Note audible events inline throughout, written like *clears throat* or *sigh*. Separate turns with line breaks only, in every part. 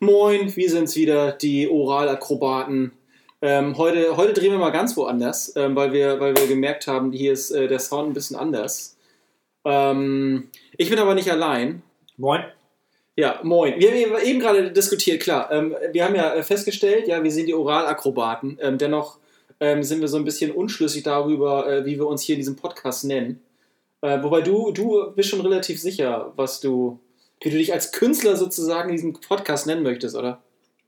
Moin, wir sind's wieder, die Oralakrobaten. Ähm, heute, heute drehen wir mal ganz woanders, ähm, weil, wir, weil wir gemerkt haben, hier ist äh, der Sound ein bisschen anders. Ähm, ich bin aber nicht allein.
Moin.
Ja, moin. Wir haben eben, eben gerade diskutiert, klar. Ähm, wir haben ja äh, festgestellt, ja, wir sind die Oralakrobaten. Ähm, dennoch ähm, sind wir so ein bisschen unschlüssig darüber, äh, wie wir uns hier in diesem Podcast nennen. Äh, wobei du, du bist schon relativ sicher, was du, wie du dich als Künstler sozusagen diesen Podcast nennen möchtest, oder?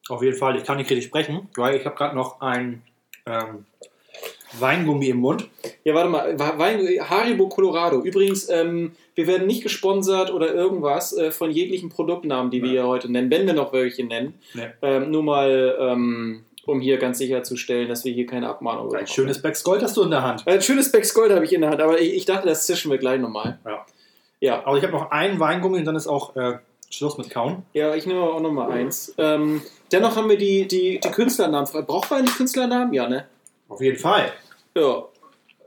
Auf jeden Fall, ich kann nicht richtig sprechen, weil ich habe gerade noch ein ähm, Weingummi im Mund.
Ja, warte mal. Wa- Wein, Haribo Colorado. Übrigens, ähm, wir werden nicht gesponsert oder irgendwas äh, von jeglichen Produktnamen, die wir
Ja.
hier heute nennen, wenn wir noch welche nennen.
Ja.
Ähm, nur mal, ähm, um hier ganz sicherzustellen, dass wir hier keine Abmahnung
Ein
bekommen.
schönes Becks Gold hast du in der Hand.
Ein schönes Becks Gold habe ich in der Hand, aber ich, ich dachte, das zischen wir gleich nochmal.
Ja.
Ja,
Aber ich habe noch einen Weingummi und dann ist auch äh, Schluss mit Kauen.
ja, ich nehme auch nochmal eins. Ähm, dennoch haben wir die, die, die Künstlernamen. frei. Braucht man eigentlich Künstlernamen? Ja, ne?
Auf jeden Fall.
Ja.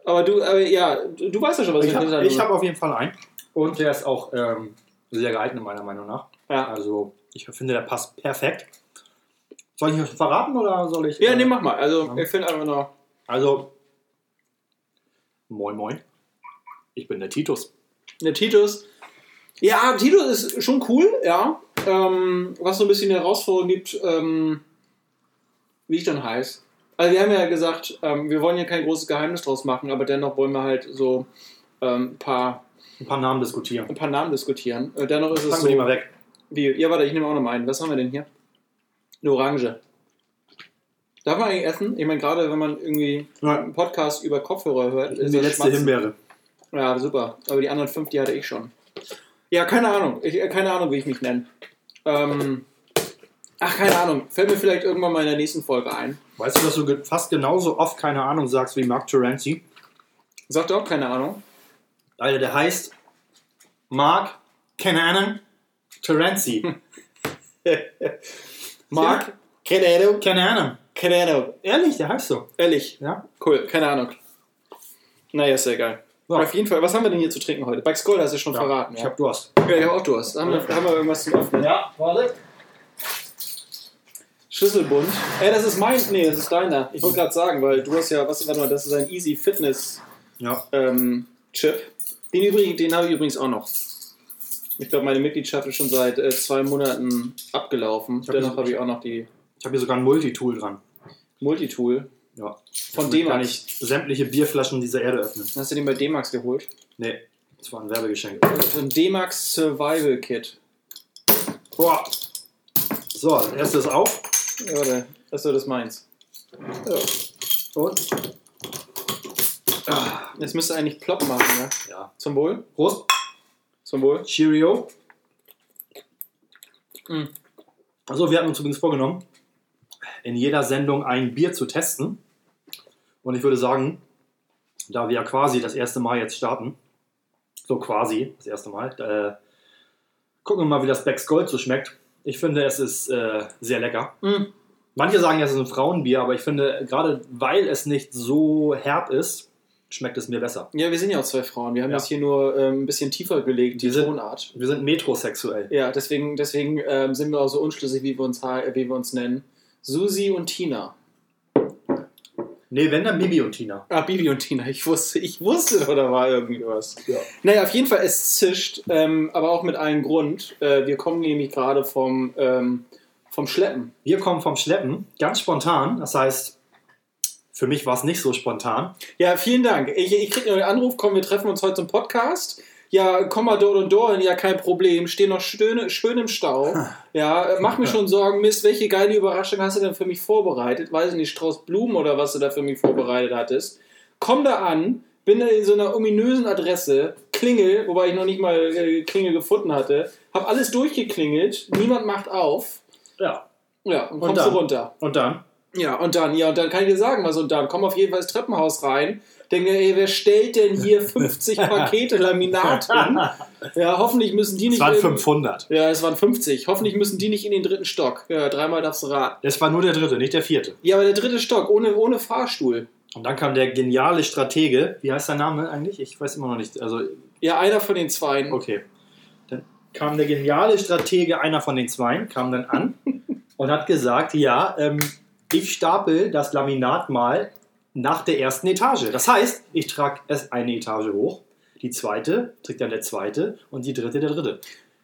Aber du, aber ja, du, du weißt ja schon, was
Ich
für
habe
Künstlernamen
hab auf jeden Fall einen. Und der ist auch ähm, sehr geeignet, meiner Meinung nach.
Ja,
Also, ich finde, der passt perfekt. Soll ich euch verraten oder soll ich.
ja
äh,
nee, mach mal. Also,
Ja.
ich finde einfach noch.
Also, moin, moin. Ich bin der Titus.
Der Titus. Ja, Titus ist schon cool, ja. Ähm, was so ein bisschen eine Herausforderung gibt, ähm, wie ich dann heiße. Also wir haben ja gesagt, ähm, wir wollen ja kein großes Geheimnis draus machen, aber dennoch wollen wir halt so ähm, ein, paar,
Ein paar Namen diskutieren.
ein paar Namen diskutieren. Äh, dennoch ist es
Fangen wir die
so,
mal weg.
wie, ja warte, ich nehme auch noch mal einen. Was haben wir denn hier? Eine Orange. Darf man eigentlich essen? Ich meine, gerade wenn man irgendwie
Ja,
einen Podcast über Kopfhörer hört,
die
ist
letzte
das Schmatzen.
Himbeere.
Ja, super. Aber die anderen fünf, die hatte ich schon. Ja, keine Ahnung. Ich, äh, keine Ahnung, wie ich mich nenne. Ähm, ach, keine Ahnung. Fällt mir vielleicht irgendwann mal in der nächsten Folge ein.
Weißt du, dass du ge- fast genauso oft keine Ahnung sagst wie Mark Terenzi?
Sagt auch keine Ahnung.
Alter, der heißt Mark, keine Ahnung,
*laughs*
Terenzi. Mark,
Keine Ahnung.
keine Ahnung.
Keine Ahnung.
Ehrlich, der heißt so.
Ehrlich.
Ja?
Cool. Keine Ahnung. Naja, ist ja egal.
So.
Auf jeden Fall. Was haben wir denn hier zu trinken heute? Bikes Gold hast du schon verraten.
Ich
Ja,
hab Durst.
ja ich hab auch Durst. Haben wir, haben wir irgendwas zum Öffnen?
Ja, warte.
Schlüsselbund. Ey, das ist mein. Nee, das ist deiner. Ich wollte gerade sagen, weil du hast ja. Was, warte mal, das ist ein Easy Fitness.
Ja.
ähm, Chip. Den, übrigens, den habe ich übrigens auch noch. Ich glaube, meine Mitgliedschaft ist schon seit äh, zwei Monaten abgelaufen.
hab
Dennoch
diese-
habe ich auch noch die
Ich habe hier sogar ein Multitool dran.
Multitool.
Ja.
Von
Damit kann
D-Max.
ich sämtliche Bierflaschen dieser Erde öffnen.
Hast du den bei D-Max geholt?
Nee, das war ein Werbegeschenk.
So ein D-Max Survival Kit.
Boah. So, das erste ist auf.
Ja, Warte, achso, das ist meins. Ja.
Und?
Jetzt müsste eigentlich plopp machen, ja?
Ja.
Zum Wohl?
Prost.
Zum Wohl?
Cheerio.
Mhm.
Also, wir hatten uns übrigens vorgenommen, in jeder Sendung ein Bier zu testen. Und ich würde sagen, da wir ja quasi das erste Mal jetzt starten, so quasi das erste Mal, äh, gucken wir mal, wie das Becks Gold so schmeckt. Ich finde, es ist äh, sehr lecker.
Mhm.
Manche sagen, es ist ein Frauenbier, aber ich finde, gerade weil es nicht so herb ist, schmeckt es mir besser.
Ja, wir sind ja auch zwei Frauen. Wir haben
Ja.
das hier nur ähm, ein bisschen tiefer gelegt, die
Wir sind-
Tonart.
Wir sind metrosexuell.
Ja, deswegen, deswegen ähm, sind wir auch so unschlüssig, wie wir uns, ha- äh, wie wir uns nennen. Susi und Tina.
Nee, wenn dann Bibi und Tina.
Ah, Bibi und Tina, ich wusste, ich wusste, *laughs* oder war irgendwas.
Ja.
Naja, auf jeden Fall, es zischt, ähm, aber auch mit einem Grund. Äh, wir kommen nämlich gerade vom, ähm, vom Schleppen.
Wir kommen vom Schleppen, ganz spontan. Das heißt, für mich war es nicht so spontan.
Ja, vielen Dank. Ich, ich krieg noch einen Anruf, komm, wir treffen uns heute zum Podcast. Ja, komm mal dort und dort, ja, kein Problem. Steh noch schön, schön im Stau. Ja, äh, mach mir schon Sorgen, Mist, welche geile Überraschung hast du denn für mich vorbereitet? Weiß ich nicht, Strauß Blumen oder was du da für mich vorbereitet hattest. Komm da an, bin da in so einer ominösen Adresse, klingel, wobei ich noch nicht mal äh, Klingel gefunden hatte, hab alles durchgeklingelt, niemand macht auf.
Ja.
Ja, und
Und
kommst du
dann?
runter.
Und dann?
Ja, und dann, ja, und dann kann ich dir sagen, was und dann. Komm auf jeden Fall ins Treppenhaus rein. Denke, ey, wer stellt denn
*laughs*
hier 50 Pakete Laminat hin? Ja, hoffentlich müssen die
Es
nicht.
waren
in-
500.
Ja, es waren 50. Hoffentlich müssen die nicht in den dritten Stock. Ja, dreimal darfst du raten.
Es war nur der dritte, nicht der vierte.
Ja, aber der dritte Stock, ohne, ohne Fahrstuhl.
Und dann kam der geniale Stratege. Wie heißt der Name eigentlich? Ich weiß immer noch nicht. Also,
Ja, einer von den Zweien.
okay. Dann kam der geniale Stratege, einer von den Zweien, kam dann an, und hat gesagt, ja, ähm, ich stapel das Laminat mal nach der ersten Etage. Das heißt, ich trage erst eine Etage hoch, die zweite trägt dann der zweite und die dritte der dritte.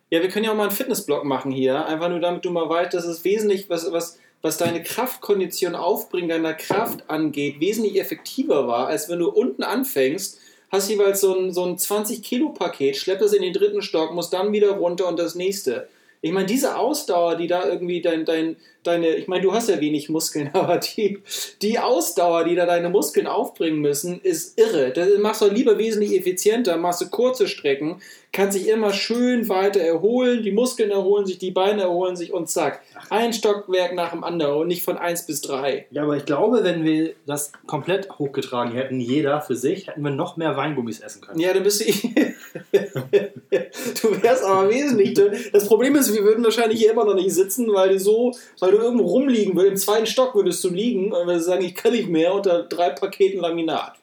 Ja, wir können ja auch mal einen Fitnessblock machen hier. Einfach nur damit du mal weißt, dass es wesentlich, was, was, was deine Kraftkondition aufbringen, deiner Kraft angeht, wesentlich effektiver war, als wenn du unten anfängst, hast jeweils so ein, so ein 20-Kilo-Paket, schleppst es in den dritten Stock, musst dann wieder runter und das nächste. Ich meine, diese Ausdauer, die da irgendwie dein, dein, deine, ich meine, du hast ja wenig Muskeln, *laughs* aber die, die Ausdauer, die da deine Muskeln aufbringen müssen, ist irre. Das machst du lieber wesentlich effizienter, machst du kurze Strecken, kannst dich immer schön weiter erholen, die Muskeln erholen sich, die Beine erholen sich und zack. Ein Stockwerk nach dem anderen und nicht von 1 bis 3.
Ja, aber ich glaube, wenn wir das komplett hochgetragen hätten, jeder für sich, hätten wir noch mehr Weingummis essen können.
Ja, dann bist du. *laughs* du wärst aber wesentlich. dünn. Das Problem ist, wir würden wahrscheinlich hier immer noch nicht sitzen, weil du so, weil du irgendwo rumliegen würdest. Im zweiten Stock würdest du liegen und würdest sagen, ich kann nicht mehr unter drei Paketen Laminat.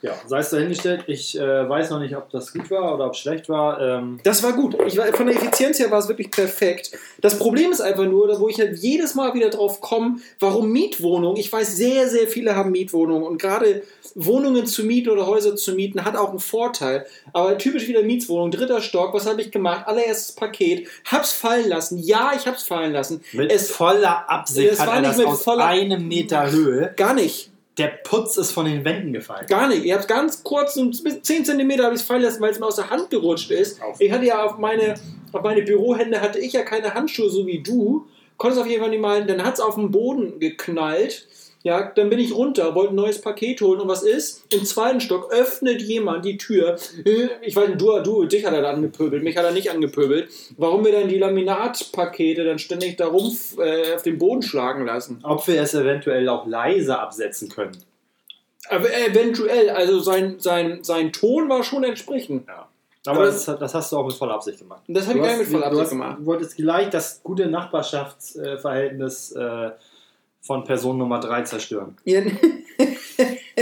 Ja, sei es dahingestellt. Ich äh, weiß noch nicht, ob das gut war oder ob es schlecht war. Ähm,
Das war gut. Ich war, von der Effizienz her war es wirklich perfekt. Das Problem ist einfach nur, da wo ich halt jedes Mal wieder drauf komme, warum Mietwohnungen? Ich weiß, sehr, sehr viele haben Mietwohnungen und gerade Wohnungen zu mieten oder Häuser zu mieten hat auch einen Vorteil. Aber typisch wieder Mietwohnung, dritter Stock, was habe ich gemacht? Allererstes Paket, hab's fallen lassen. Ja, ich hab's fallen lassen.
mit
es
voller
Es
Absicht hat
war
er
nicht
das
mit
aus
voller-
einem Meter Höhe.
gar nicht.
Der Putz ist von den Wänden gefallen.
Gar nicht. Ich habe es ganz kurz, um 10 cm habe ich es fallen lassen, weil es mir aus der Hand gerutscht ist.
Auf.
Ich hatte ja auf meine, auf meine Bürohände hatte ich ja keine Handschuhe, so wie du. Konntest auf jeden Fall nicht mal, dann hat es auf den Boden geknallt. Ja, dann bin ich runter, wollte ein neues Paket holen und was ist? Im zweiten Stock öffnet jemand die Tür. Äh, Ich weiß nicht, du, du, dich hat er da angepöbelt, mich hat er nicht angepöbelt. Warum wir dann die Laminatpakete dann ständig da rum äh, auf den Boden schlagen lassen?
Ob wir es eventuell auch leise absetzen können.
Aber eventuell, also sein, sein, sein Ton war schon entsprechend.
Ja.
Aber-
Aber das, hat- das hast du auch mit voller Absicht gemacht.
Das habe
Du
ich gar
hast-
nicht mit voller
du
Absicht
hast-
gemacht.
Du wolltest gleich das gute Nachbarschaftsverhältnis äh, von Person Nummer 3 zerstören.
Ja, *laughs*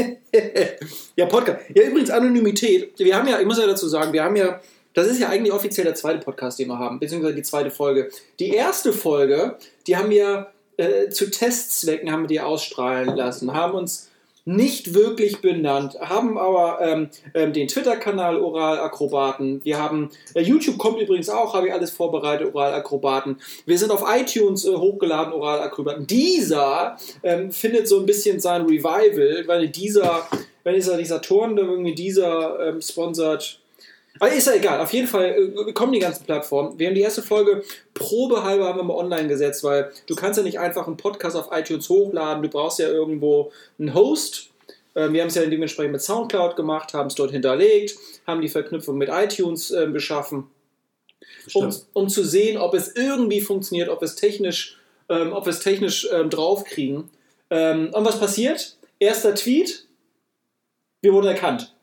ja, Podcast. Ja, übrigens Anonymität. Wir haben ja, ich muss ja dazu sagen, wir haben ja, das ist ja eigentlich offiziell der zweite Podcast, den wir haben, beziehungsweise die zweite Folge. Die erste Folge, die haben wir äh, zu Testzwecken haben wir die ausstrahlen lassen, haben uns nicht wirklich benannt, haben aber ähm, ähm, den Twitter-Kanal Oral-Akrobaten. Wir haben, äh, YouTube kommt übrigens auch, habe ich alles vorbereitet, Oral-Akrobaten. Wir sind auf iTunes äh, hochgeladen, Oral-Akrobaten. Dieser ähm, findet so ein bisschen sein Revival, weil dieser, wenn dieser, dieser Turn, dann irgendwie dieser ähm, sponsert. Aber ist ja egal, auf jeden Fall äh, kommen die ganzen Plattformen. Wir haben die erste Folge probehalber haben wir mal online gesetzt, weil du kannst ja nicht einfach einen Podcast auf iTunes hochladen, du brauchst ja irgendwo einen Host. Ähm, Wir haben es ja dementsprechend mit Soundcloud gemacht, haben es dort hinterlegt, haben die Verknüpfung mit iTunes ähm, geschaffen um, um zu sehen, ob es irgendwie funktioniert, ob wir es technisch, ähm, ob wir es technisch ähm, draufkriegen. Ähm, und was passiert? Erster Tweet. Wir wurden erkannt.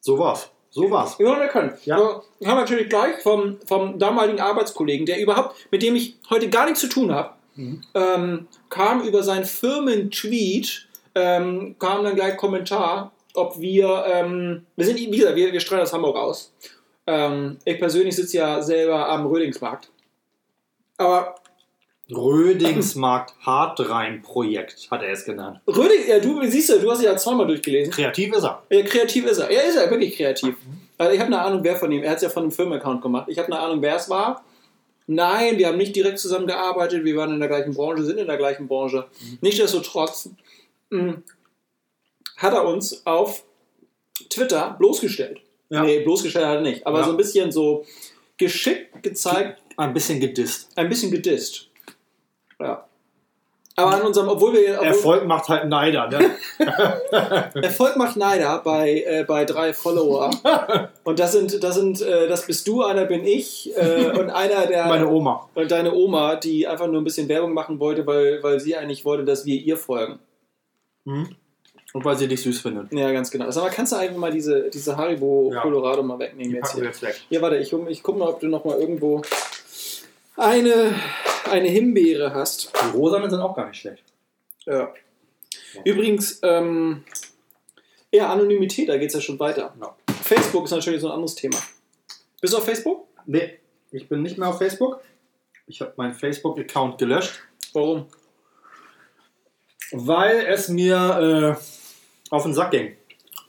So war's. So war's.
Wir wurden erkannt.
Ja.
Aber Wir haben natürlich gleich vom, vom damaligen Arbeitskollegen, der überhaupt, mit dem ich heute gar nichts zu tun habe,
Mhm.
ähm, kam über seinen Firmentweet, ähm, kam dann gleich Kommentar, ob wir, ähm, wir sind, wie gesagt, wir, wir strahlen aus Hamburg aus. Ähm, ich persönlich sitze ja selber am Rödingsmarkt. Aber
Rödingsmarkt Hartrein-Projekt hat er es genannt.
Röding, ja, du siehst ja, du hast ja zweimal durchgelesen.
Kreativ ist er.
Ja, kreativ ist er. Er ist ja wirklich kreativ. Also ich habe eine Ahnung, wer von ihm. Er hat es ja von einem Firmenaccount gemacht. Ich habe eine Ahnung, wer es war. Nein, wir haben nicht direkt zusammengearbeitet. Wir waren in der gleichen Branche, sind in der gleichen Branche.
Mhm.
Nichtsdestotrotz mh, hat er uns auf Twitter bloßgestellt.
Ja.
Nee, bloßgestellt hat er nicht. Aber
Ja.
so ein bisschen so geschickt gezeigt,
Ein bisschen gedisst.
ein bisschen gedisst. Ja. Aber an unserem, obwohl wir. Obwohl,
Erfolg macht halt Neider, *laughs* ne?
Erfolg macht Neider bei, äh, bei drei Follower.
*laughs*
Und das sind, das sind, äh, das bist du, einer bin ich äh, und einer der
Meine Oma.
und deine Oma, die einfach nur ein bisschen Werbung machen wollte, weil, weil sie eigentlich wollte, dass wir ihr folgen.
Mhm. Und weil sie dich süß findet.
Ja, ganz genau. Sag mal, kannst du einfach mal diese, diese Haribo
Ja.
Colorado mal wegnehmen jetzt
Packen
hier?
wir jetzt weg.
Ja, warte, ich, ich guck mal, ob du noch mal irgendwo eine, eine Himbeere hast.
Die Rosanen sind auch gar nicht schlecht.
Ja. Übrigens, ähm, ja, Anonymität, da geht es ja schon weiter.
Ja.
Facebook ist natürlich so ein anderes Thema. Bist du auf Facebook?
Nee, ich bin nicht mehr auf Facebook. Ich habe meinen Facebook-Account gelöscht,
Warum?
weil es mir äh, auf den Sack ging,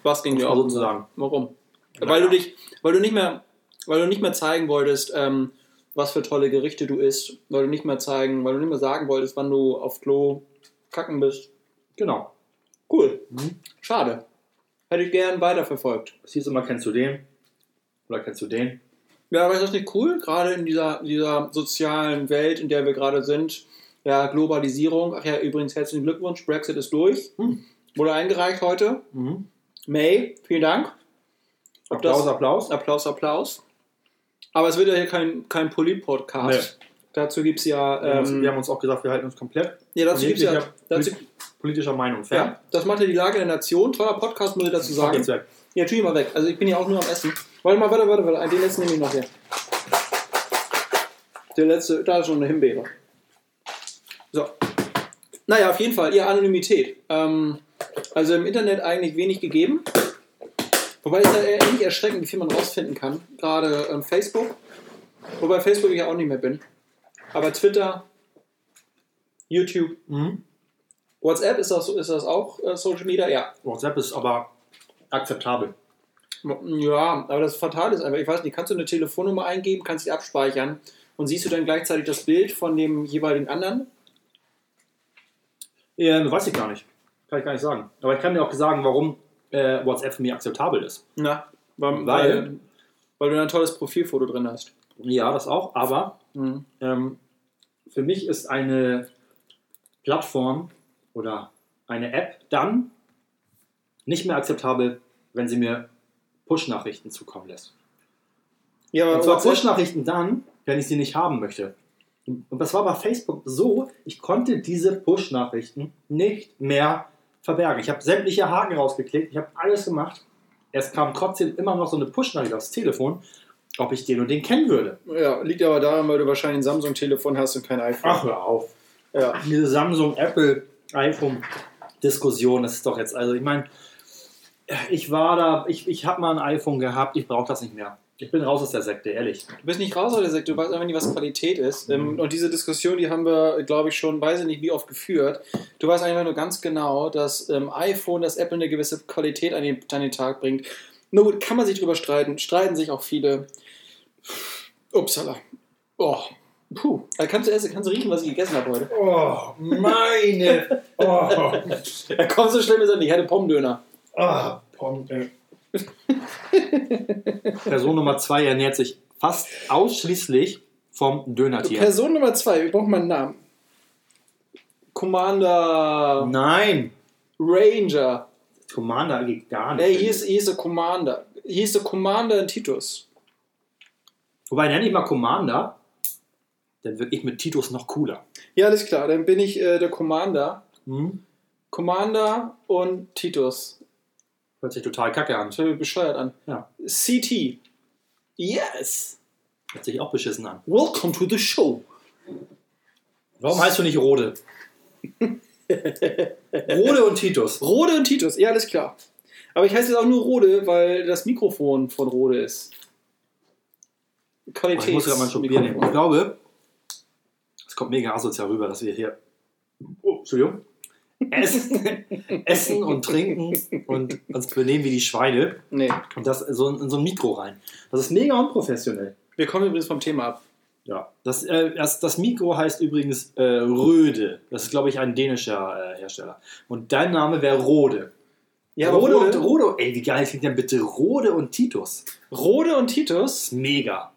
Was ging dir auf?
sozusagen.
Warum?
Ja.
Weil du dich, weil du nicht mehr, weil du nicht mehr zeigen wolltest, ähm, was für tolle Gerichte du isst, weil du nicht mehr zeigen, weil du nicht mehr sagen wolltest, wann du auf Klo kacken bist.
Genau.
Cool.
Mhm.
Schade. Hätte ich gern weiterverfolgt.
Es hieß immer, kennst du den? Oder kennst du den?
Ja, aber ist das nicht cool? Gerade in dieser, dieser sozialen Welt, in der wir gerade sind. Ja, Globalisierung. Ach ja, übrigens herzlichen Glückwunsch. Brexit ist durch.
Hm.
Wurde eingereicht heute. May, vielen Dank. Ob das-
Mhm. Applaus, Applaus.
Applaus, Applaus. Aber es wird ja hier kein, kein Polit-Podcast. Dazu gibt es ja.
Wir haben uns-
Ähm,
wir haben uns auch gesagt, wir halten uns komplett
ja, dazu gibt's ja,
jeglicher-
dazu,
politischer Meinung
ja.
fern.
Das macht ja die Lage der Nation. Toller Podcast, muss ich dazu sagen.
Jetzt weg.
Ja, tu ihn mal weg. Also, ich bin ja auch nur am Essen. Warte mal, warte, warte, warte. Den letzten nehme ich noch hier. Der letzte, da ist schon eine Himbeere. So. Naja, auf jeden Fall, ihr Anonymität. Ähm, also im Internet eigentlich wenig gegeben. Wobei es ja eigentlich erschreckend, wie viel man rausfinden kann. Gerade ähm, Facebook. Wobei Facebook ich ja auch nicht mehr bin. Aber Twitter, YouTube,
Mhm.
WhatsApp, ist das, ist das auch äh, Social Media? Ja,
WhatsApp ist aber akzeptabel.
ja, aber das Fatale ist einfach, ich weiß nicht, kannst du eine Telefonnummer eingeben, kannst sie abspeichern und siehst du dann gleichzeitig das Bild von dem jeweiligen anderen?
Äh, weiß ich gar nicht. Kann ich gar nicht sagen. Aber ich kann dir auch sagen, warum äh, WhatsApp für mich akzeptabel ist.
Na, weil, weil,
Weil?
weil du da ein tolles Profilfoto drin hast.
Ja, das auch. Aber
Mhm.
ähm, für mich ist eine Plattform oder eine App dann nicht mehr akzeptabel, wenn sie mir Push-Nachrichten zukommen lässt.
Ja,
Und
aber
zwar
WhatsApp,
Push-Nachrichten dann, wenn ich sie nicht haben möchte. Und das war bei Facebook so, ich konnte diese Push-Nachrichten nicht mehr verbergen. Ich habe sämtliche Haken rausgeklickt, ich habe alles gemacht. Es kam trotzdem immer noch so eine Push-Nachricht aufs Telefon, ob ich den und den kennen würde.
ja, liegt aber daran, weil du wahrscheinlich ein Samsung-Telefon hast und kein iPhone.
Ach, hör auf.
Ja.
Diese Samsung-Apple-iPhone-Diskussion, das ist doch jetzt, also ich meine, ich war da, ich, ich habe mal ein iPhone gehabt, ich brauche das nicht mehr. Ich bin raus aus der Sekte, ehrlich.
Du bist nicht raus aus der Sekte, du weißt einfach nicht, was Qualität ist. Ähm, Und diese Diskussion, die haben wir, glaube ich, schon, weiß ich nicht, wie oft geführt. Du weißt einfach nur ganz genau, dass ähm, iPhone, dass Apple eine gewisse Qualität an den, an den Tag bringt. Nur gut, kann man sich drüber streiten. Streiten sich auch viele. Upsala. Oh. Puh. Äh, Kannst du, essen, kannst du riechen, was ich gegessen habe heute?
Oh, meine! Oh,
Ja, komm, so schlimm ist er nicht. Ich hatte Pommdöner.
ah, Pompe. Person Nummer zwei ernährt sich fast ausschließlich vom Dönertier.
Person Nummer zwei, wir brauchen mal einen Namen. Commander
Nein!
Ranger.
Commander geht gar nicht.
Ey, Äh, hier ist, hier ist der Commander. Hier ist der Commander in Titus.
Wobei, nenne ich mal Commander, dann wirklich mit Titus noch cooler.
Ja, alles klar, dann bin ich äh, der Commander.
Hm?
Commander und Titus.
Hört sich total kacke an.
Das hört mich bescheuert an.
Ja.
CT. Yes.
Hört sich auch beschissen an.
Welcome to the show.
Warum heißt du nicht Rode? Rode und Titus.
Rode und Titus, ja, alles klar. Aber ich heiße jetzt auch nur Rode, weil das Mikrofon von Rode ist. Qualität.
Oh, Ich muss gerade mal ein Schluck Bier nehmen. Ich glaube, es kommt mega asozial rüber, dass wir hier oh, Entschuldigung, essen, essen und trinken und uns benehmen wie die Schweine
Nee,
und das so in, in so ein Mikro rein. Das ist mega unprofessionell.
wir kommen übrigens vom Thema ab.
Ja. Das, äh, das, das Mikro heißt übrigens äh, Röde. Das ist, glaube ich, ein dänischer äh, Hersteller. Und dein Name wäre Rode. Rode, und Rode. Ey, wie geil klingt denn bitte Rode und Titus?
Rode und
Das
Titus?
ist mega.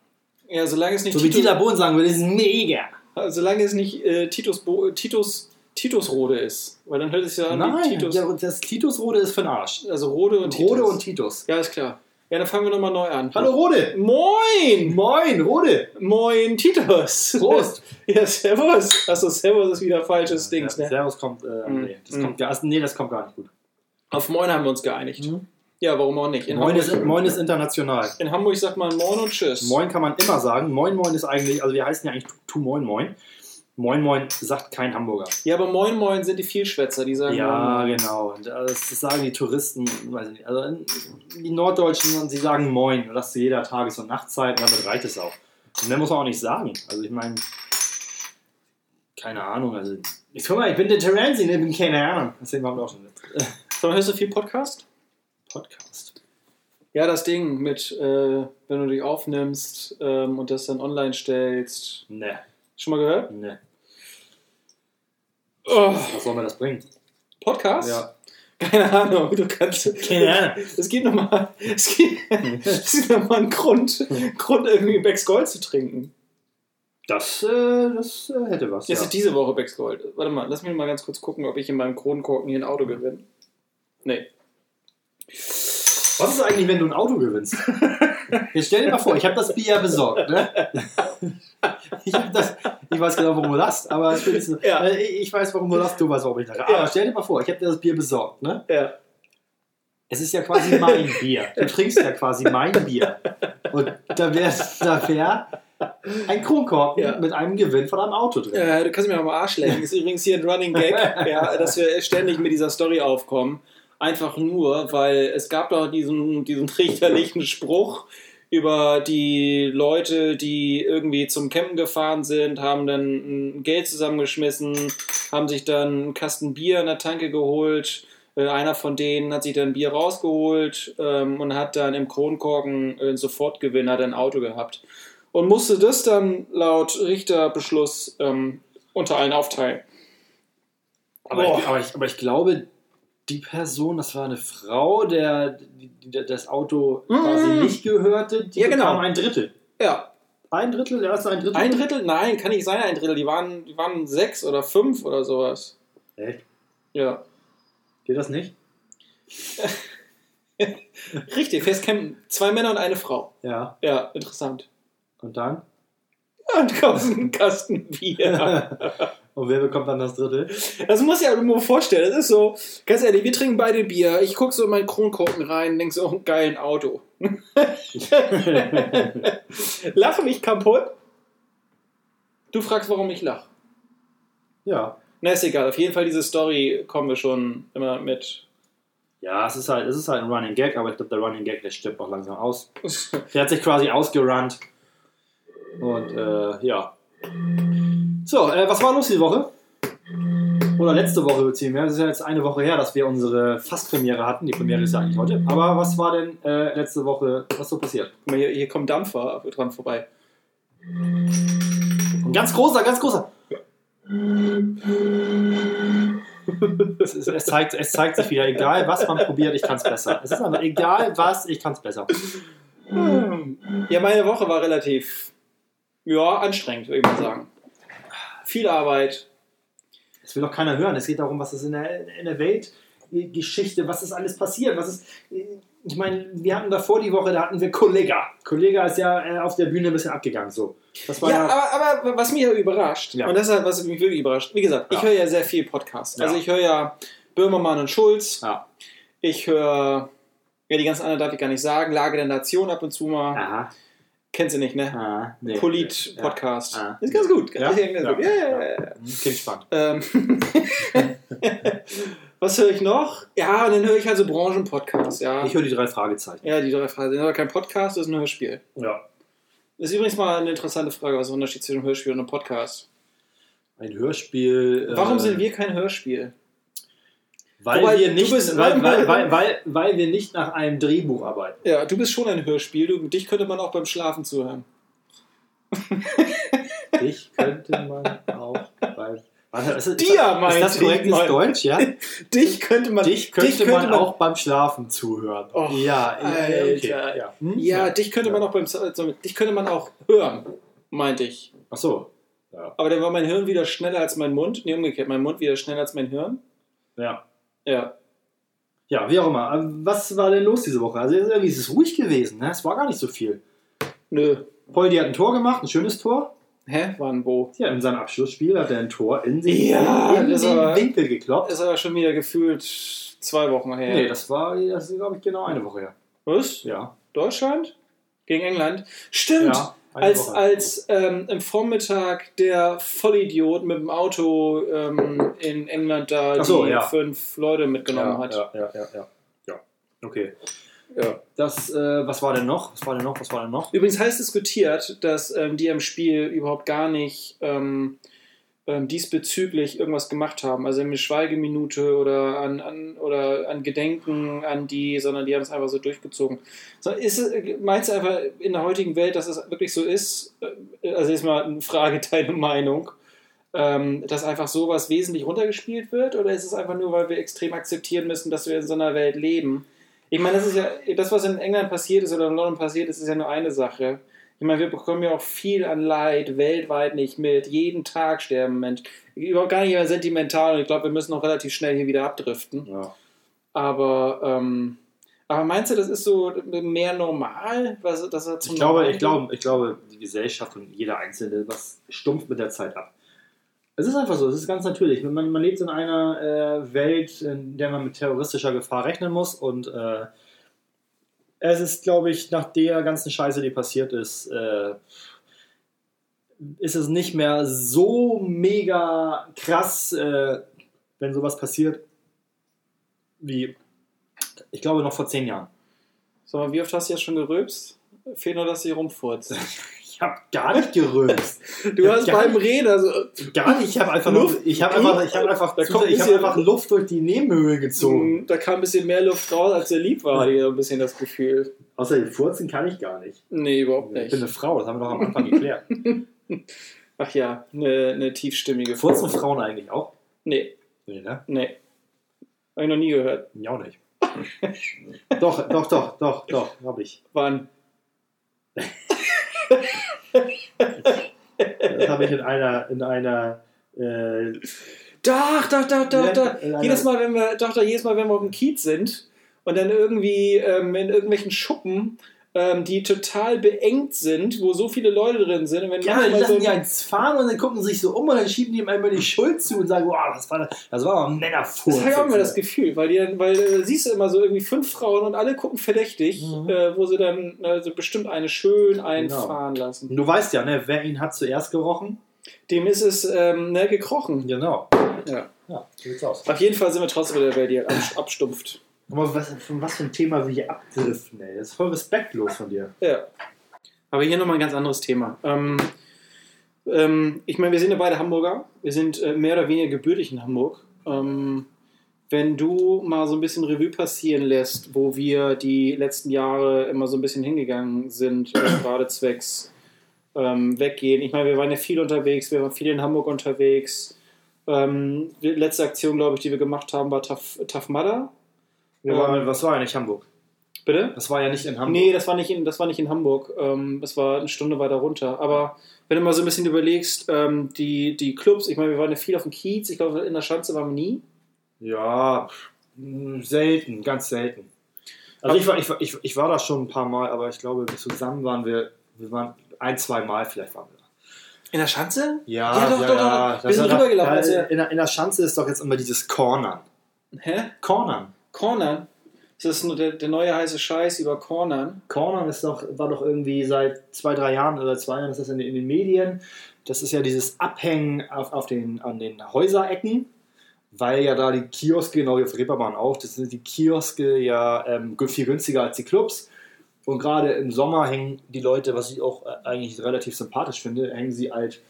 Ja, solange es nicht
So wie Dieter Bohlen sagen würde, das ist mega.
Also, Solange es nicht äh, Titus, Bo Titus, Titus Rode ist. Weil dann hört es ja an wie
Nein,
Titus.
ja, das Titus-Rode ist für'n Arsch.
Also Rode und Titus.
Rode und Titus.
Ja, ist klar. Ja, dann fangen wir nochmal neu an.
Hallo Rode.
Moin!
Moin, Rode.
Moin, Titus!
Prost.
*laughs* ja, servus! Achso, servus ist wieder falsches Ding.
Ja,
Ne?
Servus kommt, äh, nee, das
Mhm.
kommt gar, also, nee, das kommt gar nicht gut.
Auf Moin haben wir uns geeinigt.
Mhm.
Ja, warum auch nicht? In,
Moin ist,
Hamburg,
Moin ist international.
in Hamburg sagt man Moin und Tschüss.
Moin kann man immer sagen. Moin Moin ist eigentlich, also wir heißen ja eigentlich Tu Moin Moin. Moin Moin sagt kein Hamburger.
Ja, aber Moin Moin sind die Vielschwätzer, die sagen ähm, Moin,
Ja,
Moin.
genau. Und äh, das das sagen die Touristen, weiß ich nicht. Also in- die Norddeutschen, und sie sagen Moin. Und das zu jeder Tages- und Nachtzeit. Und damit reicht es auch. Und mehr muss man auch nicht sagen. Also ich meine, keine Ahnung. Also, ich, guck mal, ich bin der Terenzi, ne, ich bin keine Ahnung. Deswegen machen wir auch schon einen
So, hörst du viel Podcast?
Podcast.
Ja, das Ding mit, äh, wenn du dich aufnimmst ähm, und das dann online stellst.
Ne,
Schon mal gehört?
ne.
Oh,
Was soll mir das bringen?
Podcast? Keine Ahnung, du kannst.
Keine Ahnung.
Es gibt nochmal es gibt, es gibt noch mal einen Grund, Grund irgendwie Becks Gold zu trinken.
Das, äh, das äh, hätte was.
Jetzt ist diese Woche Becks Gold. Warte mal, lass mich mal ganz kurz gucken, ob ich in meinem Kronkorken hier ein Auto gewinne. Nee.
Was ist eigentlich, wenn du ein Auto gewinnst? *laughs* Jetzt stell dir mal vor, ich habe das Bier ja besorgt. *laughs* Ne? Ich, hab das, ich weiß genau, warum du lachst, aber spätestens,
Ja.
äh, ich weiß, warum du lachst, du weißt, warum ich lache.
Ja.
Aber stell dir mal vor, ich habe dir das Bier besorgt. Ne?
Ja.
Es ist ja quasi *laughs* mein Bier. Du trinkst ja quasi mein Bier. Und da wäre da wär ein Kronkorken
Ja.
mit einem Gewinn von einem Auto drin.
Äh, du kannst mir am Arsch lecken. Ist übrigens hier ein Running Gag, ja, dass wir ständig mit dieser Story aufkommen. Einfach nur, weil es gab doch diesen, diesen richterlichen Spruch über die Leute, die irgendwie zum Campen gefahren sind, haben dann mm, Geld zusammengeschmissen, haben sich dann einen Kasten Bier in der Tanke geholt. Äh, Einer von denen hat sich dann Bier rausgeholt ähm, und hat dann im Kronkorken äh, Sofortgewinn, hat ein Auto gehabt und musste das dann laut Richterbeschluss ähm, unter allen aufteilen.
Aber
Boah.
ich, aber, ich, aber ich glaube, die Person, das war eine Frau, der, die, die das Auto quasi
Mm.
nicht gehörte, die
Ja, genau.
bekam ein Drittel.
Ja,
Ein Drittel, ja, ist ein Drittel.
ein Drittel? Nein, kann nicht sein, ein Drittel. Die waren, die waren sechs oder fünf oder sowas.
Echt?
Ja.
Geht das nicht?
Richtig, festcampen. Zwei Männer und eine Frau.
Ja.
Ja, interessant. *laughs*
Und dann?
Und kaufst einen Kasten *laughs* Bier.
*laughs* Und wer bekommt dann das Drittel? *laughs*
Das muss ja nur vorstellen. Das ist so, ganz ehrlich, wir trinken beide Bier. Ich gucke so in meinen Kronkorken rein, denk so, oh, geil, ein Auto. Lache mich kaputt. Du fragst, warum ich lache.
ja.
Na, ist egal. Auf jeden Fall, diese Story kommen wir schon immer mit.
Ja, es ist halt, es ist halt ein Running Gag, aber ich glaube, der Running Gag, der stirbt auch langsam aus. Der hat sich quasi ausgerannt. Und äh, ja. So, äh, was war los die Woche? Oder letzte Woche beziehen wir. Es ist ja jetzt eine Woche her, dass wir unsere Fast-Premiere hatten. Die Premiere ist ja eigentlich heute. Aber was war denn äh, letzte Woche, was so passiert?
Guck mal, hier, hier kommt Dampfer dran vorbei.
Ein ganz großer,
*laughs*
ganz großer. es, ist, es, zeigt, es zeigt sich wieder, egal was man probiert, ich kann es besser. Es ist einfach egal was, ich kann es besser.
Ja, meine Woche war relativ, ja, anstrengend, würde ich mal sagen. Viel Arbeit.
Das will doch keiner hören. Es geht darum, was ist in der, in der Welt, äh, Geschichte, was ist alles passiert, was ist. äh, Ich meine, wir hatten davor die Woche, da hatten wir Kollega. Kollega ist ja äh, auf der Bühne ein bisschen abgegangen. So. Das war
Ja,
ja.
aber, aber was mich ja überrascht,
Ja.
und das ist halt, was mich wirklich überrascht, wie gesagt, ich
Ja.
höre ja sehr viel Podcasts.
Ja.
Also ich höre ja Böhmermann und Schulz,
Ja.
ich höre, ja, die ganzen anderen darf ich gar nicht sagen, Lage der Nation ab und zu mal.
Aha.
Kennst du nicht, ne?
Aha. Nee.
Polit-Podcast.
Ja.
Ist ganz gut.
Ja?
Ist ganz gut.
Ja.
Ja, ja, ja.
Ja. Klingt spannend.
Ähm, *laughs* Was höre ich noch? Ja, und dann höre ich also Branchenpodcasts, ja.
Ich höre die drei Fragezeichen.
Ja, die drei Fragen. Das ist aber kein Podcast, das ist ein Hörspiel.
Ja.
Das ist übrigens mal eine interessante Frage, was ist der Unterschied zwischen einem Hörspiel und einem Podcast?
Ein Hörspiel. äh,
Warum sind wir kein Hörspiel?
Weil,
Wobei,
wir
du
nicht,
bist-
weil, weil, weil, weil, weil wir nicht nach einem Drehbuch arbeiten.
Ja, du bist schon ein Hörspiel. Du, dich könnte man auch beim Schlafen zuhören. *laughs*
Ich könnte man auch bei. Warte, ist,
Dir meinte
ist das
ich
korrektes
mal.
Deutsch, ja?
Dich könnte man,
Dich könnte, man, auch beim Schlafen zuhören.
Och,
ja, ja, okay.
Alter.
ja. Hm?
Ja, dich könnte man auch beim also, dich könnte man auch hören, meinte ich.
Ach so. Ja.
Aber dann war mein Hirn wieder schneller als mein Mund. Nee, umgekehrt, mein Mund wieder schneller als mein Hirn.
ja.
Ja.
Ja, wie auch immer. Aber Was war denn los diese Woche? Also irgendwie ist es ruhig gewesen. Ne? Es war gar nicht so viel.
Nö.
Poldi hat ein Tor gemacht, ein schönes Tor.
Hä? Wann wo?
Ja, in seinem Abschlussspiel hat er ein Tor in, sich
Ja,
in den
das war-
Winkel gekloppt.
Ist aber schon wieder gefühlt zwei Wochen her.
Nee, das war, das ist, glaube ich, genau eine Woche her.
Was?
Ja.
Deutschland? Gegen England? Stimmt!
ja eine
als
Woche.
als ähm, im Vormittag der Vollidiot mit dem Auto ähm, in England da
Ach so,
die
ja.
fünf Leute mitgenommen
ja,
hat.
Ja, ja, ja, ja. ja. Okay.
Ja.
Das, äh, was war denn noch? Was war denn noch? Was war denn noch?
Übrigens heiß diskutiert, dass ähm, die im Spiel überhaupt gar nicht ähm, ähm, diesbezüglich irgendwas gemacht haben. Also eine Schweigeminute oder an, an, oder an Gedenken an die, sondern die haben es einfach so durchgezogen. So, ist es, meinst du einfach in der heutigen Welt, dass es wirklich so ist? Äh, Also jetzt mal eine Frage, *laughs* deine Meinung. Ähm, dass einfach sowas wesentlich runtergespielt wird oder ist es einfach nur, weil wir extrem akzeptieren müssen, dass wir in so einer Welt leben? Ich meine, das ist ja, das, was in England passiert ist oder in London passiert ist, ist ja nur eine Sache. Ich meine, wir bekommen ja auch viel an Leid weltweit nicht mit. Jeden Tag sterben Menschen. Überhaupt gar nicht mehr sentimental und ich glaube, wir müssen auch relativ schnell hier wieder abdriften.
Ja.
Aber, ähm, aber meinst du, das ist so mehr normal? Was, dass er zum
Ich glaube,
Normalen
ich glaube, ich glaube, die Gesellschaft und jeder Einzelne, was stumpft mit der Zeit ab. Es ist einfach so, es ist ganz natürlich. Man, man lebt in einer äh, Welt, in der man mit terroristischer Gefahr rechnen muss und äh, es ist, glaube ich, nach der ganzen Scheiße, die passiert ist, äh, ist es nicht mehr so mega krass, äh, wenn sowas passiert, wie ich glaube noch vor zehn Jahren.
Sag mal, wie oft hast du jetzt schon gerülpst? Fehlt nur, dass du hier rumfurzt.
Ich habe gar nicht gerülpst.
Du hast
Ja.
beim Reden, also
Gar nicht, ich habe einfach
Luft-
Luft. Ich habe einfach, ich habe einfach,
Da kommt ein
ich habe
bisschen-
einfach Mhm. Luft durch die Nebenhöhle gezogen.
mh, mm, da kam ein bisschen mehr Luft raus, als er lieb war, hatte ich so ein bisschen das Gefühl.
Außerdem furzen kann ich gar nicht.
Nee, überhaupt
Ich bin
nicht.
eine Frau, das haben wir doch am Anfang *laughs* geklärt.
Ach ja, eine, eine tiefstimmige
Furzen Frauen eigentlich auch?
Nee,
Nee, ne?
nee. Hab ich noch nie gehört.
Ich auch nicht. *laughs* doch, doch, doch, doch, doch, habe ich.
Wann?
Das habe ich in einer, in einer, äh,
Doch, doch, doch, doch,
Ja,
doch.
leider.
Jedes Mal, wenn wir, doch, doch, jedes Mal, wenn wir auf dem Kiez sind und dann irgendwie ähm, in irgendwelchen Schuppen, ähm, die total beengt sind, wo so viele Leute drin sind. Und wenn
ja, die
manchmal
lassen die
so ein-
eins fahren und dann gucken sie sich so um und dann schieben die ihm einmal die Schuld zu und sagen, wow, das war, das war ein Männerfurz.
Das habe ich auch immer das Gefühl, weil, die dann, weil äh, siehst du immer so irgendwie fünf Frauen und alle gucken verdächtig,
Mhm.
äh, wo sie dann also bestimmt eine schön einfahren lassen.
Du weißt ja, ne, wer ihn hat zuerst gerochen?
Dem ist es ähm, ne, gekrochen.
Genau.
Ja.
Ja, so sieht's aus.
Auf jeden Fall sind wir trotzdem wieder bei dir abs- abstumpft.
Guck mal, was, von was für ein Thema wir hier abdriften, ey. Das ist voll respektlos von dir.
Ja. Aber hier nochmal ein ganz anderes Thema. Ähm, ähm, ich meine, wir sind ja beide Hamburger. Wir sind äh, mehr oder weniger gebürtig in Hamburg. Ähm, wenn du mal so ein bisschen Revue passieren lässt, wo wir die letzten Jahre immer so ein bisschen hingegangen sind, äh, gerade zwecks ähm, weggehen. Ich meine, wir waren ja viel unterwegs, wir waren viel in Hamburg unterwegs. Ähm, die letzte Aktion, glaube ich, die wir gemacht haben, war Tough, Tough Mudder.
Wir waren, was war ja nicht Hamburg?
Bitte?
Das war ja nicht in Hamburg.
Nee, das war nicht in, das war nicht in Hamburg. Ähm, das war eine Stunde weiter runter. Aber wenn du mal so ein bisschen überlegst, ähm, die, die Clubs, ich meine, wir waren ja viel auf dem Kiez, ich glaube, in der Schanze waren wir nie.
Ja, mh, selten, ganz selten. Also ich war, ich, war, ich, ich war da schon ein paar Mal, aber ich glaube, zusammen waren wir, wir waren ein, zwei Mal vielleicht waren wir da.
In der Schanze?
Ja,
Ja, doch, doch, doch. Wir
Das
sind
war da-
rübergelaufen,
da-
als wir-
In, der- in der Schanze ist doch jetzt immer dieses Cornern.
Hä?
Cornern.
Cornern? Ist das nur der, der neue heiße Scheiß über Cornern?
Cornern ist doch, war doch irgendwie seit zwei, drei Jahren oder zwei Jahren ist das in, den- in den Medien. Das ist ja dieses Abhängen auf, auf den, an den Häuserecken, weil ja da die Kioske, genau wie auf der Reeperbahn auch, das sind die Kioske ja ähm, gü- viel günstiger als die Clubs. Und gerade im Sommer hängen die Leute, was ich auch äh, eigentlich relativ sympathisch finde, hängen sie halt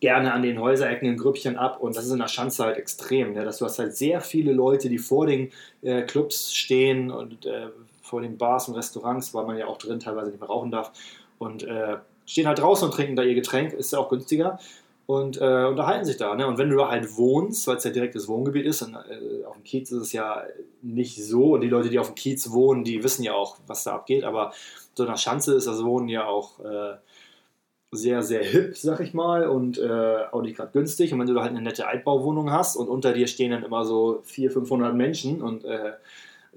gerne an den Häuserecken in Grüppchen ab. Und das ist in der Schanze halt extrem, ne? dass du hast halt sehr viele Leute, die vor den äh, Clubs stehen und äh, vor den Bars und Restaurants, weil man ja auch drin teilweise nicht mehr rauchen darf. Und äh, stehen halt draußen und trinken da ihr Getränk, ist ja auch günstiger. Und äh, unterhalten sich da. Ne? Und wenn du da halt wohnst, weil es ja direktes Wohngebiet ist, und, äh, auf dem Kiez ist es ja nicht so. Und die Leute, die auf dem Kiez wohnen, die wissen ja auch, was da abgeht. Aber so nach Schanze ist das Wohnen ja auch äh, sehr, sehr hip, sag ich mal, und äh, auch nicht gerade günstig. Und wenn du da halt eine nette Altbauwohnung hast und unter dir stehen dann immer so 400, 500 Menschen und äh,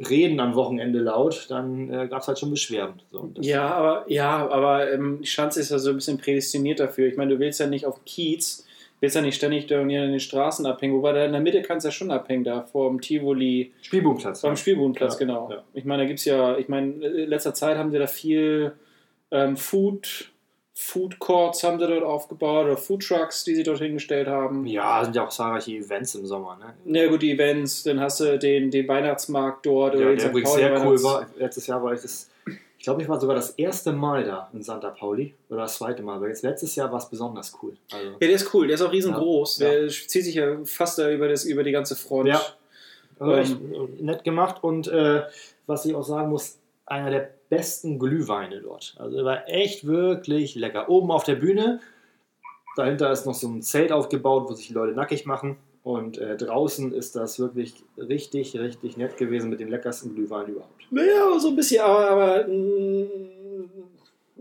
reden am Wochenende laut, dann äh, gab es halt schon Beschwerden. So, und das-
Ja, aber, ja, aber ähm, die Schanze ist ja so ein bisschen prädestiniert dafür. Ich meine, du willst ja nicht auf dem Kiez, willst ja nicht ständig da in den Straßen abhängen. Wobei da in der Mitte kannst du ja schon abhängen, da vor dem Tivoli.
Spielbubenplatz.
Beim Spielbodenplatz,
Ja,
genau.
ja.
Ich meine, da gibt es ja, ich meine, in letzter Zeit haben sie da viel ähm, Food, Food Courts haben sie dort aufgebaut oder Food Trucks, die sie dort hingestellt haben. Ja.
Ja, sind ja auch zahlreiche Events im Sommer. Ne?
Na gut, die Events, dann hast du den, den Weihnachtsmarkt dort.
Ja,
den
der
St.
übrigens
Pauli
sehr cool
Weihnachts-
war. Letztes Jahr war ich das Ich glaube, ich war sogar das erste Mal da in Santa Pauli oder das zweite Mal, weil jetzt letztes Jahr war es besonders cool. Also,
Ja, der ist cool, der ist auch riesengroß.
Ja.
Der zieht sich ja fast da über, das, über die ganze Front.
Ja. also echt nett gemacht und äh, was ich auch sagen muss, einer der besten Glühweine dort. Also der war echt wirklich lecker. Oben auf der Bühne, dahinter ist noch so ein Zelt aufgebaut, wo sich die Leute nackig machen. Und äh, draußen ist das wirklich richtig, richtig nett gewesen mit dem leckersten Glühwein überhaupt.
Naja, so ein bisschen, aber, aber mm,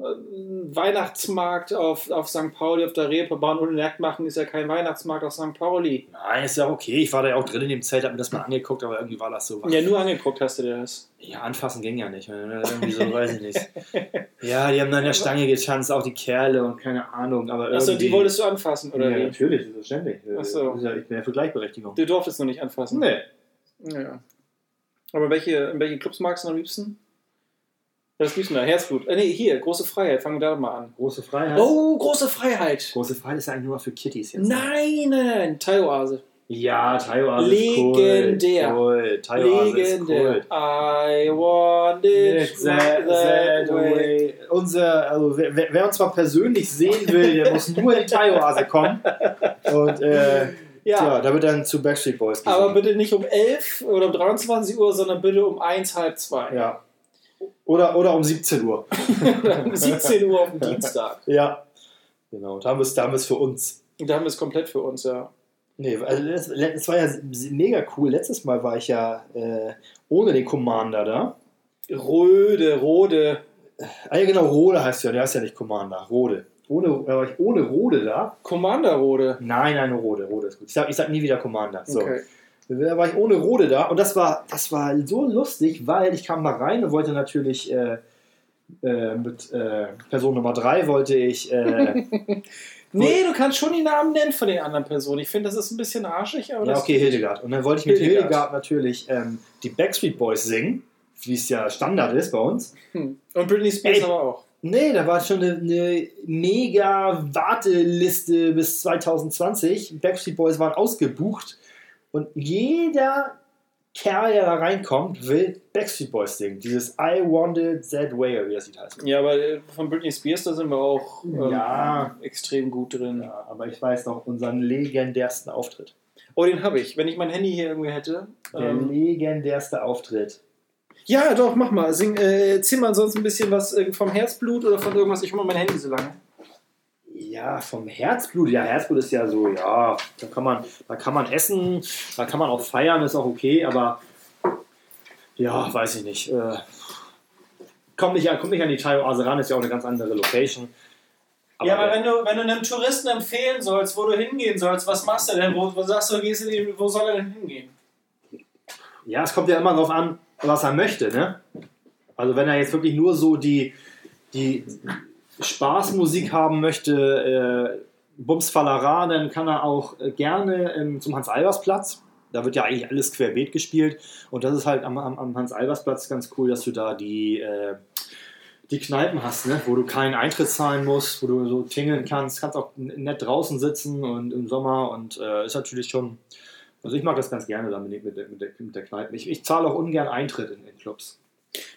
ein Weihnachtsmarkt auf, auf St. Pauli, auf der Reeperbahn ohne Nackt machen ist ja kein Weihnachtsmarkt auf St. Pauli.
Nein, ist ja auch okay. Ich war da ja auch drin in dem Zelt, hab
*laughs*
mir das mal angeguckt, aber irgendwie war das so.
Ja, nur angeguckt hast du dir das.
Ja, anfassen ging ja nicht. oder? Irgendwie so, weiß
*laughs*
ich nicht. Ja, die haben dann in der Stange getanzt, auch die Kerle und keine Ahnung. Aber
Achso,
irgendwie-
die wolltest du anfassen, oder
ja,
wie?
natürlich, selbstverständlich. Äh,
Ach so.
ist ja- Ich bin ja für Gleichberechtigung.
Du durftest noch nicht anfassen.
Nee.
Ja. Aber welche, in welche Clubs magst du am liebsten? Das liebst du da? Herzblut. Äh, nee, hier, große Freiheit. Fangen wir da mal an.
Große Freiheit.
Oh, große Freiheit.
Große Freiheit ist ja eigentlich nur noch für Kitties jetzt. ne?
Nein, nein, nein. Thai-Oase.
Ja, Taiwan
Legendär.
ist cool. cool. Taiwan ist cool.
I want it
It's that, that way. Unser, also wer, wer- wer uns mal persönlich sehen will, der muss nur in die Taiwan kommen. Und äh,
Ja,
Tja, da wird dann zu Backstreet Boys gesungen.
aber bitte nicht um 11 oder um 23 Uhr, sondern bitte um 1, halb 2.
Ja. Oder, oder um 17 Uhr.
*laughs* um 17 Uhr
*laughs*
auf dem Dienstag.
Ja. Genau, da haben wir es- da haben wir es für uns.
Und da haben wir es komplett für uns, ja.
Nee, also das, das war ja mega cool. Letztes Mal war ich ja äh, ohne den Commander da.
Röde, Rode.
Ah ja, genau, Rode heißt ja, der heißt ja nicht Commander, Rode. Ohne, da war ich ohne Rode da?
Commander Rode.
Nein, nein, Rode, Rode ist gut. Ich sag, ich sag nie wieder Commander. So.
Okay.
Da war ich ohne Rode da und das war, das war so lustig, weil ich kam mal rein und wollte natürlich äh, äh, mit äh, Person Nummer 3 wollte ich äh,
Nee, du kannst schon die Namen nennen von den anderen Personen. Ich finde, das ist ein bisschen arschig, aber
Ja,
das
okay, Hildegard. Und dann wollte ich mit
Hildegard.
Hildegard, natürlich ähm, die Backstreet Boys singen, wie es ja Standard ist bei uns.
Hm. Und Britney Spears
Ey.
aber auch.
Nee, da war schon eine, eine mega Warteliste bis 2020. Backstreet Boys waren ausgebucht und jeder Kerl, der da reinkommt, will Backstreet Boys singen. Dieses I Want It That Way, oder wie das Lied heißt.
Ja, aber äh, von Britney Spears, da sind wir auch ähm,
Ja.
extrem gut drin.
Ja, aber ich weiß noch unseren legendärsten Auftritt.
Oh, den habe ich. Wenn ich mein Handy hier irgendwie hätte.
Der
Ähm,
legendärste Auftritt.
ja, doch, mach mal. Sing, äh, zieh mal sonst ein bisschen was äh, vom Herzblut oder von irgendwas. Ich hol mal mein Handy so lange.
Ja, vom Herzblut. Ja, Herzblut ist ja so, ja, da kann man, da kann man essen, da kann man auch feiern, ist auch okay, aber ja, weiß ich nicht. Äh, kommt nicht an, kommt nicht an die Tayo ran, ist ja auch eine ganz andere Location. Aber
wenn du, wenn du einem Touristen empfehlen sollst, wo du hingehen sollst, was machst du denn? Wo, sagst du, gehst du, wo soll er denn hingehen?
ja, es kommt ja immer darauf an, was er möchte, ne? Also wenn er jetzt wirklich nur so die, die Spaßmusik haben möchte, äh, Bumsfallerei, dann kann er auch äh, gerne ähm, zum Hans-Albers-Platz. Da wird ja eigentlich alles querbeet gespielt. Und das ist halt am, am, am Hans-Albers-Platz ganz cool, dass du da die, äh, die Kneipen hast, ne? wo du keinen Eintritt zahlen musst, wo du so tingeln kannst, kannst auch n- nett draußen sitzen und im Sommer. Und äh, ist natürlich schon. Also ich mag das ganz gerne da mit, der- mit, der- mit, der, mit der Kneipe. Ich, ich zahle auch ungern Eintritt in, in Clubs.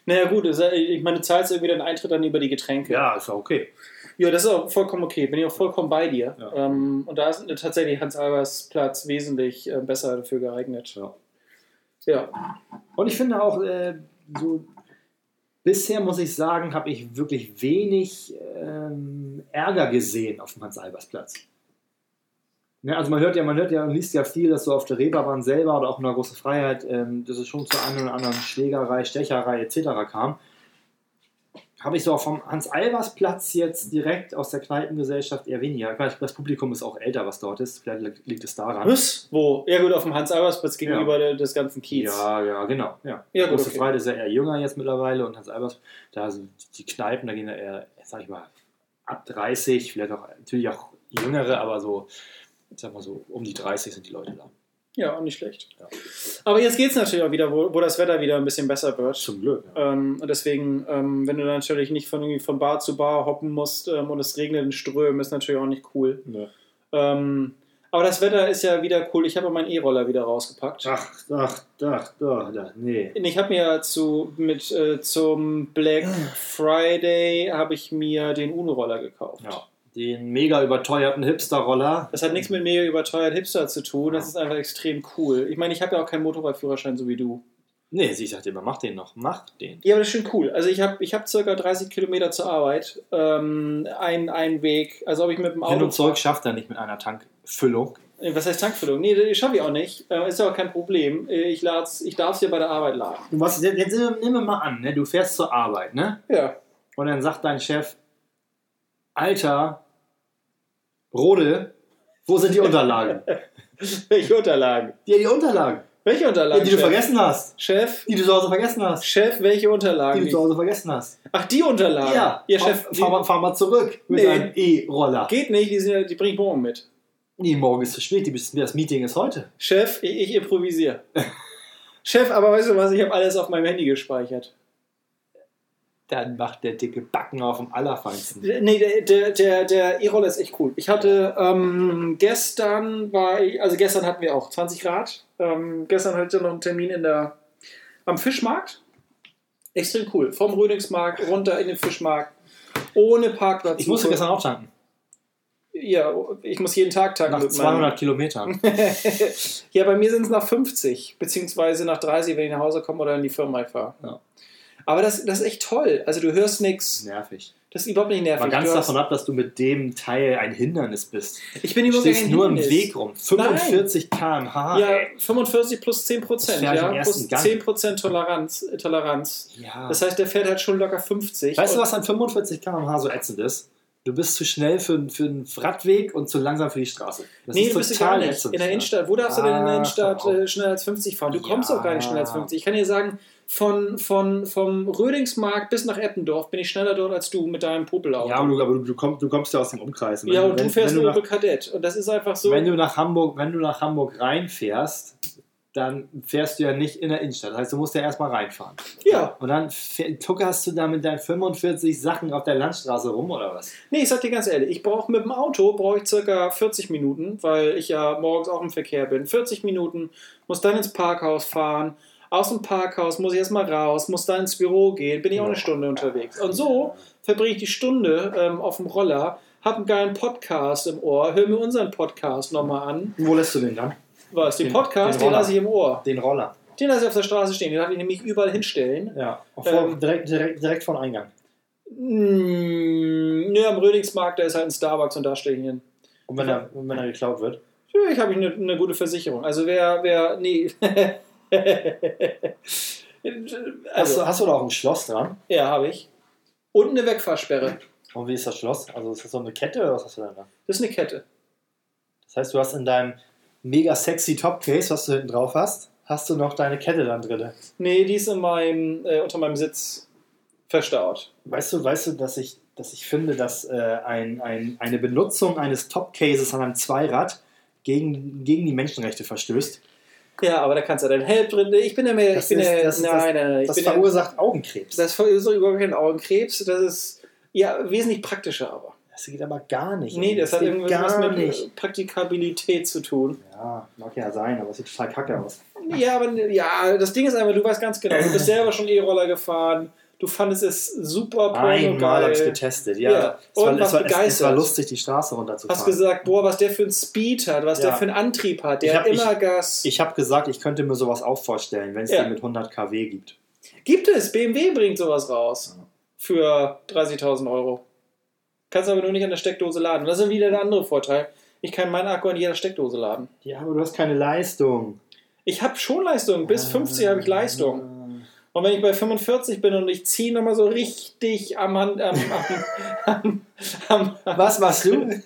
Naja, gut, das ist ja- ich meine, du zahlst irgendwie deinen Eintritt dann über die Getränke.
Ja, ist ja okay.
Ja, das ist auch vollkommen okay. Bin ich auch vollkommen bei dir.
Ja.
Ähm, und da ist tatsächlich Hans-Albers-Platz wesentlich äh, besser dafür geeignet.
Ja.
Ja.
Und ich finde auch, äh, so bisher muss ich sagen, habe ich wirklich wenig ähm, Ärger gesehen auf dem Hans-Albers-Platz. Ne, also man hört ja, man hört ja und liest ja viel, dass so auf der Reeperbahn selber oder auch in der Großen Freiheit, ähm, dass es schon zur einen oder anderen Schlägerei, Stecherei etc. kam. Habe ich so auch vom Hans-Albers-Platz jetzt direkt aus der Kneipengesellschaft eher weniger. Das Publikum ist auch älter, was dort ist. Vielleicht liegt es daran.
Was? Wo? Ja, gut, auf dem Hans-Albers-Platz gegenüber der- des ganzen Kiez.
Ja, ja, genau. Ja.
Ja, gut,
Große
okay.
Freude ist ja eher jünger jetzt mittlerweile und Hans Albers, da sind die Kneipen, da gehen ja eher, sag ich mal, ab 30, vielleicht auch natürlich auch jüngere, aber so, ich sag mal so, um die 30 sind die Leute da.
Ja, auch nicht schlecht.
Ja.
Aber jetzt geht es natürlich auch wieder, wo, wo das Wetter wieder ein bisschen besser wird.
Zum Glück. Ja.
Ähm, und deswegen, ähm, wenn du dann natürlich nicht von, irgendwie von Bar zu Bar hoppen musst ähm, und es regnet in Strömen, ist natürlich auch nicht cool.
Ne.
Ähm, Aber das Wetter ist ja wieder cool. Ich habe meinen E-Roller wieder rausgepackt.
Ach, ach, ach, ach, ach, nee.
Ich habe mir zu, mit, äh, zum Black Friday habe ich mir den Uno-Roller gekauft.
Ja. Den mega überteuerten Hipster-Roller.
Das hat nichts mit mega überteuert Hipster zu tun. Das ist einfach extrem cool. Ich meine, ich habe ja auch keinen Motorradführerschein, so wie du.
Nee, ich dachte immer, mach den noch, mach den.
Ja, aber das ist schon cool. Also ich habe ich hab circa 30 Kilometer zur Arbeit. Ähm, ein, ein Weg. Also ob ich mit dem
Hin
Auto... Äh,
und Zeug schafft er nicht mit einer Tankfüllung.
Was heißt Tankfüllung? Nee, das schaffe ich auch nicht. Äh, ist ja auch kein Problem. Äh, Ich, lad's- ich darf es hier bei der Arbeit laden.
Du machst, jetzt, jetzt nehmen wir mal an, ne? du fährst zur Arbeit, ne?
Ja. *laughs*
Und dann sagt dein Chef, Alter, Rodel, wo sind die *laughs* Unterlagen?
Welche Unterlagen?
Ja, die Unterlagen.
Welche
Ja,
Unterlagen?
die du
Chef?
vergessen hast.
Chef,
Die du zu Hause vergessen hast.
Chef, welche
Die
Unterlagen?
du zu Hause vergessen hast.
Ach, die Unterlagen.
Ja,
ja Chef,
fahr, fahr, mal, fahr mal zurück mit
Nee.
deinem E-Roller.
geht nicht, die, sind, ja- die bringe ich morgen mit.
Nee, morgen ist zu spät, die- das Meeting ist heute.
Chef, ich, ich
*laughs*
improvisiere. Chef, aber weißt du was, ich habe alles auf meinem Handy gespeichert.
Dann macht der dicke Backen auf dem Allerfeinsten.
Nee, der- der der der E-Roller ist echt cool. Ich hatte ähm, gestern war ich, also gestern hatten wir auch 20 Grad. Ähm, gestern hatte ich noch einen Termin in der am Fischmarkt. Extrem cool. Vom Rödingsmarkt runter in den Fischmarkt. Ohne Parkplatz.
Ich musste gestern auch tanken.
Ja, ich muss jeden Tag tanken.
Nach
mit meinem-
200 *laughs* Kilometern.
Ja, bei mir sind es nach 50, beziehungsweise nach 30, wenn ich nach Hause komme oder in die Firma fahre.
Ja.
Aber das, das ist echt toll. Also du hörst nichts.
Nervig.
Das ist überhaupt nicht nervig.
Aber ganz
du hörst,
davon ab, dass du mit dem Teil ein Hindernis bist.
ich bin
Du
überhaupt
stehst
kein
nur im
Hindernis.
Weg rum. 45 km/h.
Ja,
ey.
45 plus 10
Das
Prozent.
fähr ich
Ja,
im
plus
ersten Gang.
10 Prozent Toleranz, äh, Toleranz.
ja.
Das heißt, der fährt halt schon locker 50.
weißt du,
Und-
was an 45 km/h so ätzend ist? Du bist zu schnell für, für den Radweg und zu langsam für die Straße. Das
nee,
ist
du bist du
total
gar nicht.
ätzend.
in der
ja.
Innenstadt. Wo darfst du denn in der
Ah,
Innenstadt
komm auf.
äh, schneller als 50 fahren? Du kommst
Ja.
auch gar nicht schneller als 50. Ich kann dir sagen, von, von, vom Rödingsmarkt bis nach Eppendorf bin ich schneller dort als du mit deinem Popelauto.
Ja, aber du, aber du, du, kommst, du kommst ja aus dem Umkreis.
Ja, und du fährst
wenn
ein
du, nach,
Opel Kadett. Und das ist einfach so.
wenn, du nach Hamburg, wenn du nach Hamburg reinfährst, dann fährst du ja nicht in der Innenstadt. Das heißt, du musst ja erstmal reinfahren.
ja,
Und dann fähr- tuckerst du da mit deinen 45 Sachen auf der Landstraße rum, oder was?
nee, ich sag dir ganz ehrlich, ich brauche mit dem Auto brauche ich circa 40 Minuten, weil ich ja morgens auch im Verkehr bin. 40 Minuten, muss dann ins Parkhaus fahren. Aus dem Parkhaus muss ich erstmal raus, muss dann ins Büro gehen, bin ich auch eine Stunde unterwegs. Und so verbringe ich die Stunde ähm, auf dem Roller, hab einen geilen Podcast im Ohr, höre mir unseren Podcast nochmal an.
Wo lässt du den dann?
Was? Den
Den-
Podcast, den,
den Roller.
lasse ich im Ohr.
Den Roller.
Den lasse ich auf der Straße stehen, den darf ich nämlich überall hinstellen.
Ja. Vor,
Ähm,
direkt, direkt, direkt von Eingang.
Mm, Nö, am Rödingsmarkt, da ist halt ein Starbucks und da stehe ich hin.
Und wenn er, und wenn er geklaut wird.
Natürlich habe ich eine, eine gute Versicherung. Also wer, wer, nee. *laughs*
Hast,
also,
du, hast du da auch ein Schloss dran?
ja, habe ich. Und eine Wegfahrsperre.
Und wie ist das Schloss? Also ist das so eine Kette oder was hast du denn da?
Das ist eine Kette.
Das heißt, du hast in deinem mega sexy Topcase, was du hinten drauf hast, hast du noch deine Kette dann drinne.
Nee, die ist in meinem, äh, unter meinem Sitz verstaut.
Weißt du, weißt du, dass ich, dass ich finde, dass äh, ein, ein, eine Benutzung eines Topcases an einem Zweirad gegen, gegen die Menschenrechte verstößt?
Ja, aber da kannst du dein Helm drin. Ich bin ja mehr. Ich
Das
bin
ist-
ja,
das ist-
nein, nein, nein. Ich
Das
bin ja,
verursacht Augenkrebs. Das,
das verursacht überhaupt keinen Augenkrebs. Das ist ja wesentlich praktischer, aber.
geht aber gar nicht.
Nee, das, hat
geht
irgendwas mit äh, Praktikabilität zu tun.
Ja, mag ja sein, aber es sieht total kacke aus.
Ja, aber ja, das Ding ist einfach, du weißt ganz genau, du
*laughs*
bist selber schon E-Roller gefahren, du fandest es super
Einmal habe ich
pornogeil.
getestet, ja.
Ja,
Es, war,
und
es,
was
war, es, es war
begeistert.
lustig, die Straße runterzufahren.
Hast gesagt, boah, was der für einen Speed hat, was der
Ja.
für einen Antrieb hat,
Ich
der
hab-
hat immer Gas.
ich habe gesagt, ich könnte mir sowas auch vorstellen, wenn es
Ja.
die mit 100 kW gibt.
Gibt es, BMW bringt sowas raus für 30.000 Euro. Kannst aber nur nicht an der Steckdose laden. Das ist wieder der andere Vorteil. Ich kann meinen Akku an jeder Steckdose laden.
Ja, aber du hast keine Leistung.
Ich habe schon Leistung, bis 50 habe ich Leistung.
Ah.
Und wenn ich bei 45 bin und ich ziehe nochmal so richtig am Hand, am,
*laughs*
am, am, am,
Ah. Was
*laughs*
machst du?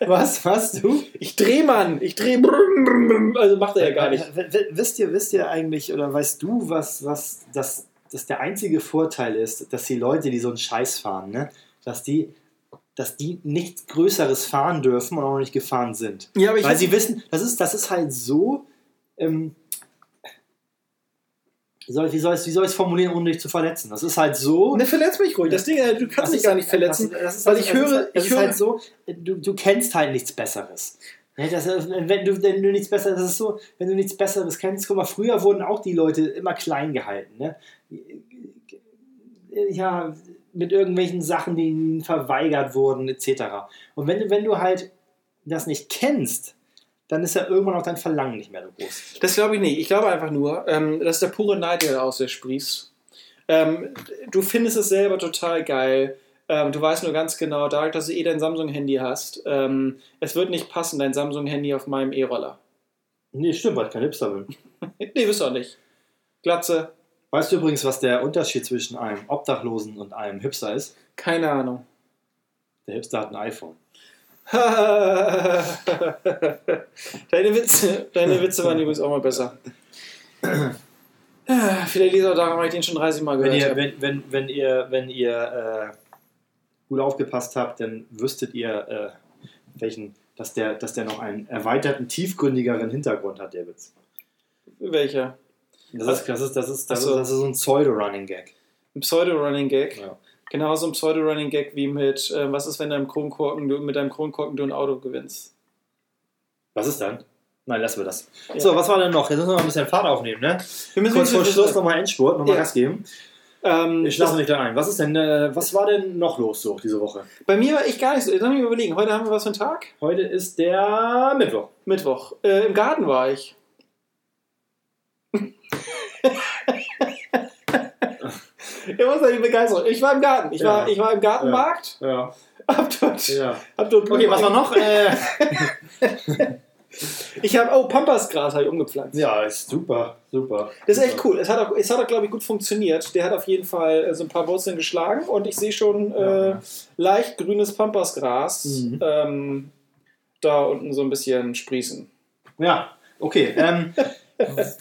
Was machst du?
Ich dreh, Mann! Ich dreh. Brumm, brumm, brumm. Also macht er ja gar nicht.
W- w- Wisst ihr, wisst ihr eigentlich oder weißt du, was, was das, das der einzige Vorteil ist, dass die Leute, die so einen Scheiß fahren, ne, dass die dass die nichts Größeres fahren dürfen und auch nicht gefahren sind.
Ja, aber
Weil sie wissen, das ist, das ist halt so. Ähm, wie soll ich es wie soll ich, wie soll ich's formulieren, ohne dich zu verletzen? Das ist halt so.
Ne, verletz mich ruhig. Das Ding, äh, du
Das
kannst mich
ist-
halt
gar nicht verletzen.
also
das ist- das ist-
weil ich
das ist-
höre-
das
ich
ist
höre-
halt so, du, du kennst halt nichts Besseres.
Ja, Ne, das, also, wenn, du, wenn du nichts besseres, das ist so, wenn du nichts besseres kennst, guck mal, früher wurden auch die Leute immer klein gehalten, ne? Ja, mit irgendwelchen Sachen, die ihnen verweigert wurden, etc. Und wenn, du- wenn du halt das nicht kennst, dann ist ja irgendwann auch dein Verlangen nicht mehr so groß.
Das glaube ich nicht. Ich glaube einfach nur, ähm, dass der pure Neid dir aus dir sprießt. Ähm, du findest es selber total geil. Ähm, du weißt nur ganz genau, dadurch, dass du eh dein Samsung-Handy hast, ähm, es wird nicht passen, dein Samsung-Handy auf meinem E-Roller.
Nee, stimmt, weil ich kein Hipster bin.
nee, bist du auch nicht. Glatze,
Weißt du übrigens, was der Unterschied zwischen einem Obdachlosen und einem Hipster ist?
keine Ahnung.
Der Hipster hat ein iPhone.
*laughs* deine, Witze, deine Witze waren übrigens auch mal besser. *clears throat* Ah, Vielleicht liegt es auch daran, weil ich den schon 30 Mal
Wenn
gehört
ihr,
habe.
wenn, wenn, wenn ihr, wenn ihr äh, gut aufgepasst habt, dann wüsstet ihr, äh, welchen, dass der, dass der noch einen erweiterten, tiefgründigeren Hintergrund hat, der Witz.
Welcher?
Das ist, das ist, das ist, das
Ach so.
ist, das ist so ein Pseudo-Running-Gag.
Ein Pseudo-Running-Gag.
Ja.
Genauso ein Pseudo-Running-Gag wie mit, äh, was ist, wenn deinem Kronkorken, du, mit deinem Kronkorken du ein Auto gewinnst?
Was ist dann? Nein, lassen wir das.
Ja.
So, was war denn noch? Jetzt müssen wir mal ein bisschen Fahrt aufnehmen, ne?
Wir müssen
Kurz vor
jetzt-
Schluss nochmal Endspurt, nochmal
Ja.
Gas geben.
Ähm,
Ich lasse mich da ein. Was ist denn, äh, was war denn noch los so diese Woche?
bei mir war ich gar nicht so. Jetzt lass mich mal überlegen. Heute haben wir was für einen Tag?
Heute ist der Mittwoch.
Mittwoch. Äh, Im Garten war ich. Ich muss sagen, ich begeistert. Ich war im Garten. Ich, war,
Ja.
ich war im Gartenmarkt.
Ja.
Hab dort,
ja.
hab dort
Okay, was war noch? Äh,
Ich habe, oh, Pampasgras habe ich umgepflanzt.
ja, ist super, super.
Das ist echt cool. Es hat auch, es hat auch glaube ich, gut funktioniert. Der hat auf jeden Fall äh, so ein paar Wurzeln geschlagen und ich sehe schon
Ja.
äh, leicht grünes Pampasgras
Mhm.
ähm, da unten so ein bisschen sprießen.
Ja, okay. Ähm,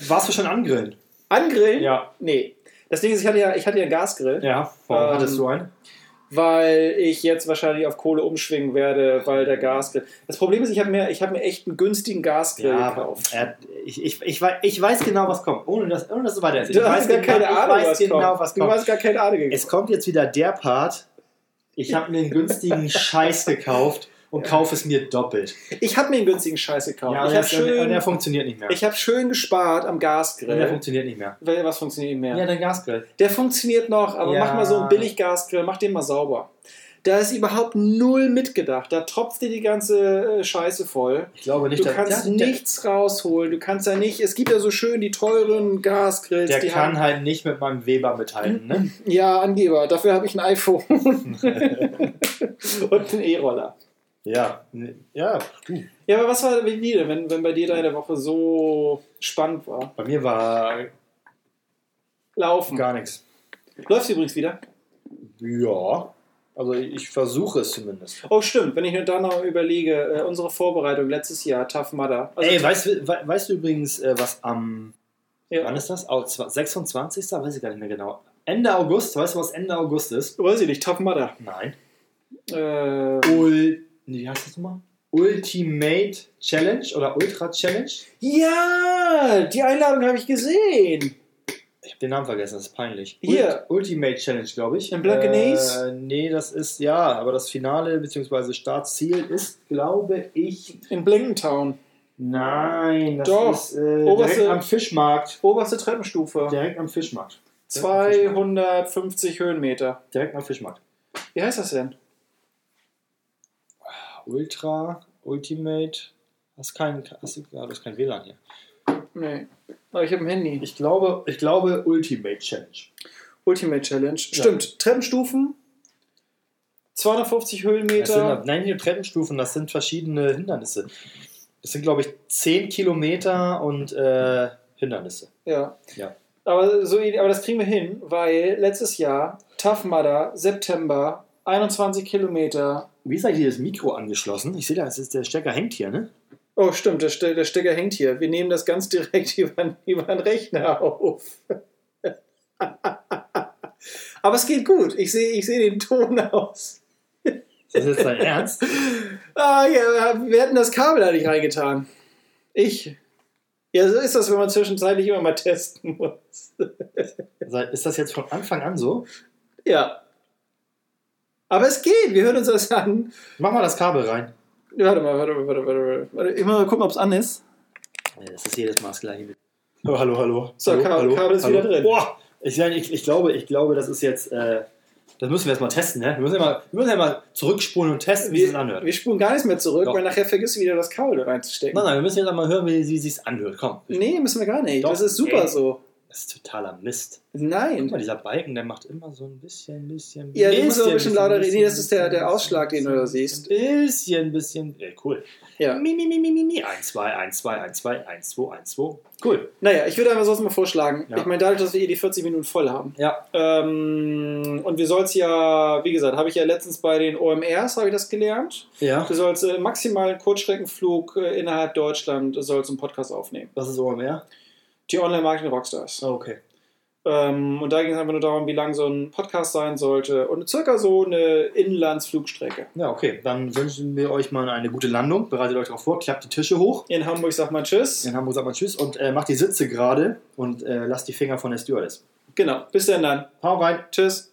warst du schon angrillen?
Angrillen?
Ja.
Nee. Das Ding ist, ich hatte ja, ich hatte ja einen Gasgrill,
Ja. Warum
Ähm,
hattest du einen?
weil ich jetzt wahrscheinlich auf Kohle umschwingen werde, weil der Gasgrill. Das Problem ist, ich habe mir, ich habe mir echt einen günstigen Gasgrill gekauft.
er, äh, ich, ich, ich, weiß, ich weiß genau, was kommt. Ohne dass, ohne dass du weiter
Du hast gar keine Ahnung,
ich weiß
was
genau,
kommt.
was
Du
kommt.
hast gar keine Ahnung.
Es kommt jetzt wieder der Part, ich habe mir
*laughs*
einen günstigen Scheiß gekauft und kaufe es mir doppelt.
Ich habe mir einen günstigen Scheiß gekauft.
Ja, und
ich habe
der- und der
schön,
funktioniert nicht mehr.
ich hab schön gespart am
Und der
Gasgrill.
funktioniert nicht mehr.
Weil was funktioniert nicht mehr?
dein Gasgrill.
Der funktioniert noch, aber
Ja.
mach mal so einen Billiggasgrill, mach den mal sauber. Da ist überhaupt null mitgedacht. Da tropft dir die ganze äh, Scheiße voll.
Ich glaube
Du
nicht, dass-
kannst
der,
nichts rausholen. Du kannst da nicht. Es gibt ja so schön die teuren Gasgrills.
Der,
die
der kann
haben,
halt nicht mit meinem Weber mithalten.
*laughs*
Ne?
ja, Angeber. Dafür habe ich ein *laughs* iPhone. Und einen E-Roller.
Ja. Ja, du.
Ja, aber was war bei dir, wenn, wenn bei dir deine Woche so spannend war?
Bei mir war
Laufen.
gar nichts.
Läufst du übrigens wieder?
Ja, also ich versuche es zumindest.
Oh, stimmt. Wenn ich mir da noch überlege, äh, unsere Vorbereitung letztes Jahr, Tough Mudder. Also,
Ey, weißt, du- we- weißt du übrigens, äh, was am.
Ja.
Wann ist das? Au- zwa- 26. Weiß ich gar nicht mehr genau. Ende August, weißt du, was Ende August ist?
Weiß ich nicht, Tough Mudder.
Nein.
Äh,
Ul. Nee, wie heißt das nochmal? Ultimate Challenge oder Ultra Challenge?
ja, die Einladung habe ich gesehen.
Ich habe den Namen vergessen, das ist peinlich.
Hier.
Ult- Ultimate Challenge, glaube ich.
In Blankenese?
Äh, nee, das ist, ja, aber das Finale bzw. Startziel ist, glaube ich.
In Blinkentown.
Nein, das
Doch.
ist äh,
Oberste-
direkt am Fischmarkt.
Oberste Treppenstufe.
Direkt am Fischmarkt.
250 Höhenmeter.
Direkt am Fischmarkt.
Wie heißt das denn?
Ah, Ultra, Ultimate. Hast kein, hast, du- ah, du hast kein WLAN hier.
Nee. Aber ich habe ein Handy.
Ich glaube, ich glaube Ultimate Challenge.
Ultimate Challenge. Stimmt. Treppenstufen. 250
Das
Höhenmeter.
sind, nein, die Treppenstufen, das sind verschiedene Hindernisse. Das sind, glaube ich, 10 Kilometer und äh, Hindernisse.
Ja.
Ja.
Aber, so, aber das kriegen wir hin, weil letztes Jahr Tough Mudder, September, 21 Kilometer.
Wie ist eigentlich das Mikro angeschlossen? Ich sehe da, es ist, der Stecker hängt hier, ne?
Oh, stimmt, der, Ste der Stecker hängt hier. Wir nehmen das ganz direkt *laughs* über, über den Rechner auf. *laughs* Aber es geht gut. Ich sehe ich sehe den Ton aus.
Ist das *laughs* jetzt dein Ernst?
Ah, ja, wir hätten das Kabel da nicht reingetan. Ich. Ja, so ist das, wenn man zwischenzeitlich immer mal testen muss.
Ist das jetzt von Anfang an so?
Ja. Aber es geht. Wir hören uns das an.
Mach mal das Kabel rein.
Warte mal, warte mal, warte mal, warte mal. Warte, ich muss mal gucken, ob es an ist.
Ja, Das ist jedes Mal das gleiche.
Oh, hallo, hallo.
So,
hallo,
Kabel- Kabel ist wieder drin.
Boah, ich, sag, ich, ich, glaube, ich glaube, das ist jetzt. Äh, das müssen wir erstmal testen, ne? Wir müssen ja mal, wir müssen ja mal zurückspulen und testen, wie es sich anhört.
wir spulen gar nichts mehr zurück,
Doch.
weil nachher vergisst du wieder das Kabel da reinzustecken.
Nein, nein, wir müssen jetzt einmal hören, wie, wie sie es anhört. Komm.
Nee, müssen wir gar nicht.
Doch,
das ist super
ey.
so.
Das ist totaler Mist. Guck
Nein.
mal, dieser Balken, der macht immer so ein bisschen, bisschen.
Ja, du
bisschen,
musst aber ein bisschen lauter reden.
bisschen,
Nee, das ist der, der
bisschen,
Ausschlag, den du da siehst.
Bisschen, bisschen. Ey, cool.
Ja.
Mi, mi, mi, mi, mi, mi. 1, 2, 1, 2, 1, 2, 1, 2, 1, 2. Cool.
Naja, ich würde einfach sonst mal vorschlagen.
Ja.
Ich meine, dadurch, dass wir eh die 40 Minuten voll haben.
Ja.
Ähm, und wir soll's ja, wie gesagt, habe ich ja letztens bei den OMRs, habe ich das gelernt.
Ja.
Du sollst äh, maximal einen Kurzstreckenflug äh, innerhalb Deutschland, äh, sollst einen Podcast aufnehmen.
Was ist OMR?
Die Online-Marketing-Rockstars.
Oh, okay.
Ähm, und da ging es einfach nur darum, wie lang so ein Podcast sein sollte. Und circa so eine Inlandsflugstrecke.
Ja, okay. Dann wünschen wir euch mal eine gute Landung. Bereitet euch darauf vor, klappt die Tische hoch.
In Hamburg sagt man Tschüss.
In Hamburg sagt man Tschüss und äh, macht die Sitze gerade und äh, lasst die Finger von der Stewardess.
Genau. Bis dann dann.
Hau rein.
Tschüss.